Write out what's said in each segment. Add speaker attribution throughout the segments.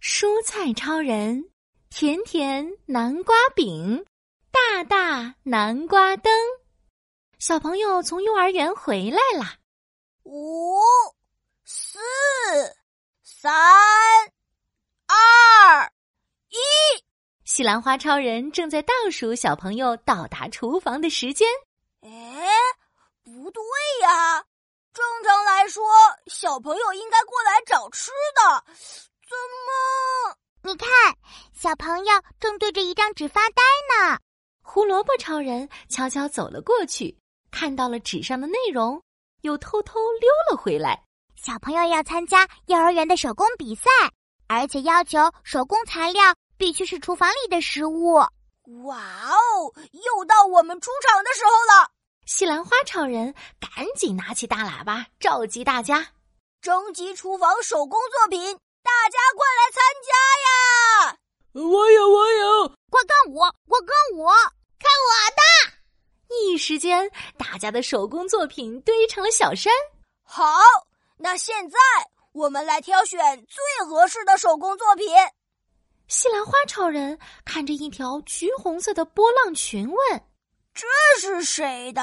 Speaker 1: 蔬菜超人，甜甜南瓜饼，大大南瓜灯。小朋友从幼儿园回来啦，
Speaker 2: 五、四、三、二、一。
Speaker 1: 西兰花超人正在倒数小朋友到达厨房的时间。
Speaker 2: 哎，不对呀！正常来说，小朋友应该过来找吃的，怎么？
Speaker 3: 你看，小朋友正对着一张纸发呆呢。
Speaker 1: 胡萝卜超人悄悄走了过去，看到了纸上的内容，又偷偷溜了回来。
Speaker 3: 小朋友要参加幼儿园的手工比赛，而且要求手工材料必须是厨房里的食物。
Speaker 2: 哇哦！又到我们出场的时候了。
Speaker 1: 西兰花超人赶紧拿起大喇叭，召集大家。
Speaker 2: 征集厨房手工作品，大家快来参加呀！
Speaker 4: 我有，我有，
Speaker 3: 快看我，我跟我，
Speaker 5: 看我的！
Speaker 1: 一时间，大家的手工作品堆成了小山。
Speaker 2: 好，那现在我们来挑选最合适的手工作品。
Speaker 1: 西兰花超人看着一条橘红色的波浪裙，问：“
Speaker 2: 这是谁的？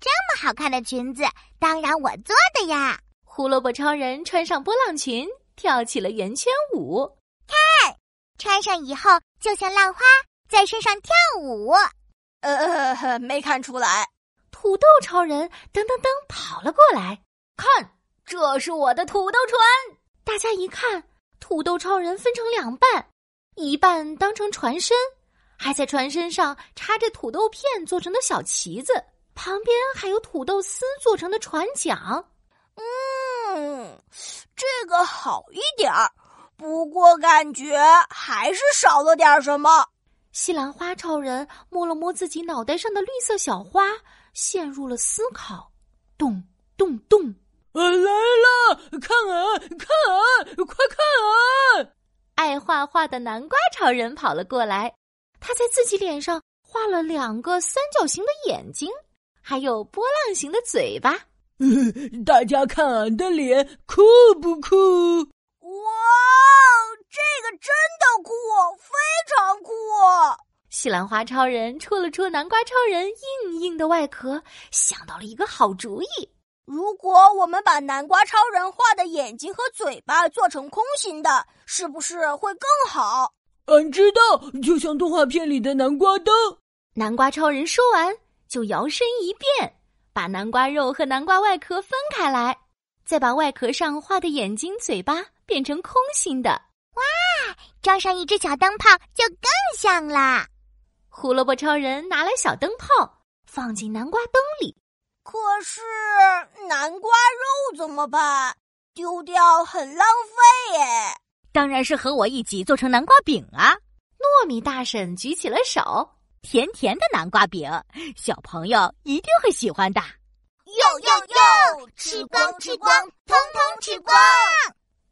Speaker 3: 这么好看的裙子，当然我做的呀！”
Speaker 1: 胡萝卜超人穿上波浪裙，跳起了圆圈舞。
Speaker 3: 看，穿上以后就像浪花在身上跳舞。
Speaker 2: 呃，没看出来。
Speaker 1: 土豆超人噔噔噔跑了过来，
Speaker 5: 看，这是我的土豆船。
Speaker 1: 大家一看。土豆超人分成两半，一半当成船身，还在船身上插着土豆片做成的小旗子，旁边还有土豆丝做成的船桨。
Speaker 2: 嗯，这个好一点儿，不过感觉还是少了点什么。
Speaker 1: 西兰花超人摸了摸自己脑袋上的绿色小花，陷入了思考。咚咚咚。
Speaker 4: 我呃来了，看啊，看啊，快看啊！
Speaker 1: 爱画画的南瓜超人跑了过来，他在自己脸上画了两个三角形的眼睛，还有波浪形的嘴巴。
Speaker 4: 嗯、 大家看俺的脸，酷不酷？
Speaker 2: 哇，哦这个真的酷，哦非常酷！哦
Speaker 1: 西兰花超人戳了戳南瓜超人硬硬的外壳，想到了一个好主意。
Speaker 2: 如果我们把南瓜超人画的眼睛和嘴巴做成空心的，是不是会更好？
Speaker 4: 俺啊知道，就像动画片里的南瓜灯。
Speaker 1: 南瓜超人说完，就摇身一变，把南瓜肉和南瓜外壳分开来，再把外壳上画的眼睛、嘴巴变成空心的。
Speaker 3: 哇，装上一只小灯泡就更像啦！
Speaker 1: 胡萝卜超人拿来小灯泡，放进南瓜灯里。
Speaker 2: 可是南瓜肉怎么办？丢掉很浪费耶！
Speaker 5: 当然是和我一起做成南瓜饼啊！
Speaker 1: 糯米大婶举起了手，
Speaker 5: 甜甜的南瓜饼，小朋友一定会喜欢的。
Speaker 2: 哟哟哟！
Speaker 3: 吃光吃光，通通吃光！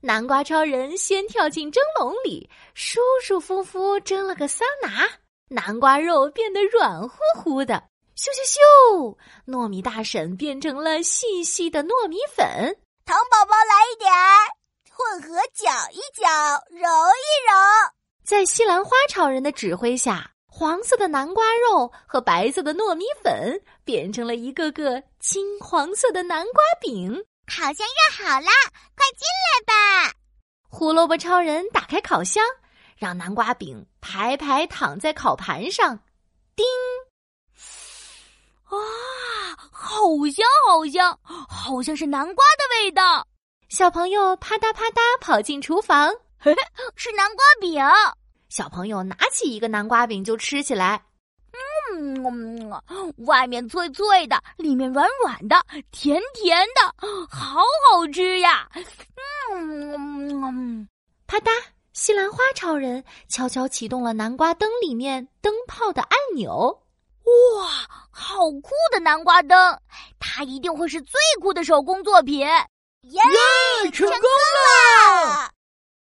Speaker 1: 南瓜超人先跳进蒸笼里，舒舒服服蒸了个桑拿，南瓜肉变得软乎乎的。咻咻咻！糯米大婶变成了细细的糯米粉。
Speaker 2: 糖宝宝来一点儿，混合搅一搅，揉一揉。
Speaker 1: 在西兰花超人的指挥下，黄色的南瓜肉和白色的糯米粉变成了一个个金黄色的南瓜饼。
Speaker 3: 好像热好了，快进来吧！
Speaker 1: 胡萝卜超人打开烤箱，让南瓜饼排排躺在烤盘上。叮！
Speaker 5: 哇，好香，好香，好像是南瓜的味道！
Speaker 1: 小朋友啪嗒啪嗒跑进厨房，
Speaker 3: 是南瓜饼。
Speaker 1: 小朋友拿起一个南瓜饼就吃起来，
Speaker 5: 嗯，外面脆脆的，里面软软的，甜甜的，好好吃呀！
Speaker 1: 嗯，啪嗒，西兰花超人悄悄启动了南瓜灯里面灯泡的按钮。
Speaker 5: 哇，好酷的南瓜灯！它一定会是最酷的手工作品。
Speaker 2: 耶，
Speaker 4: 成功了！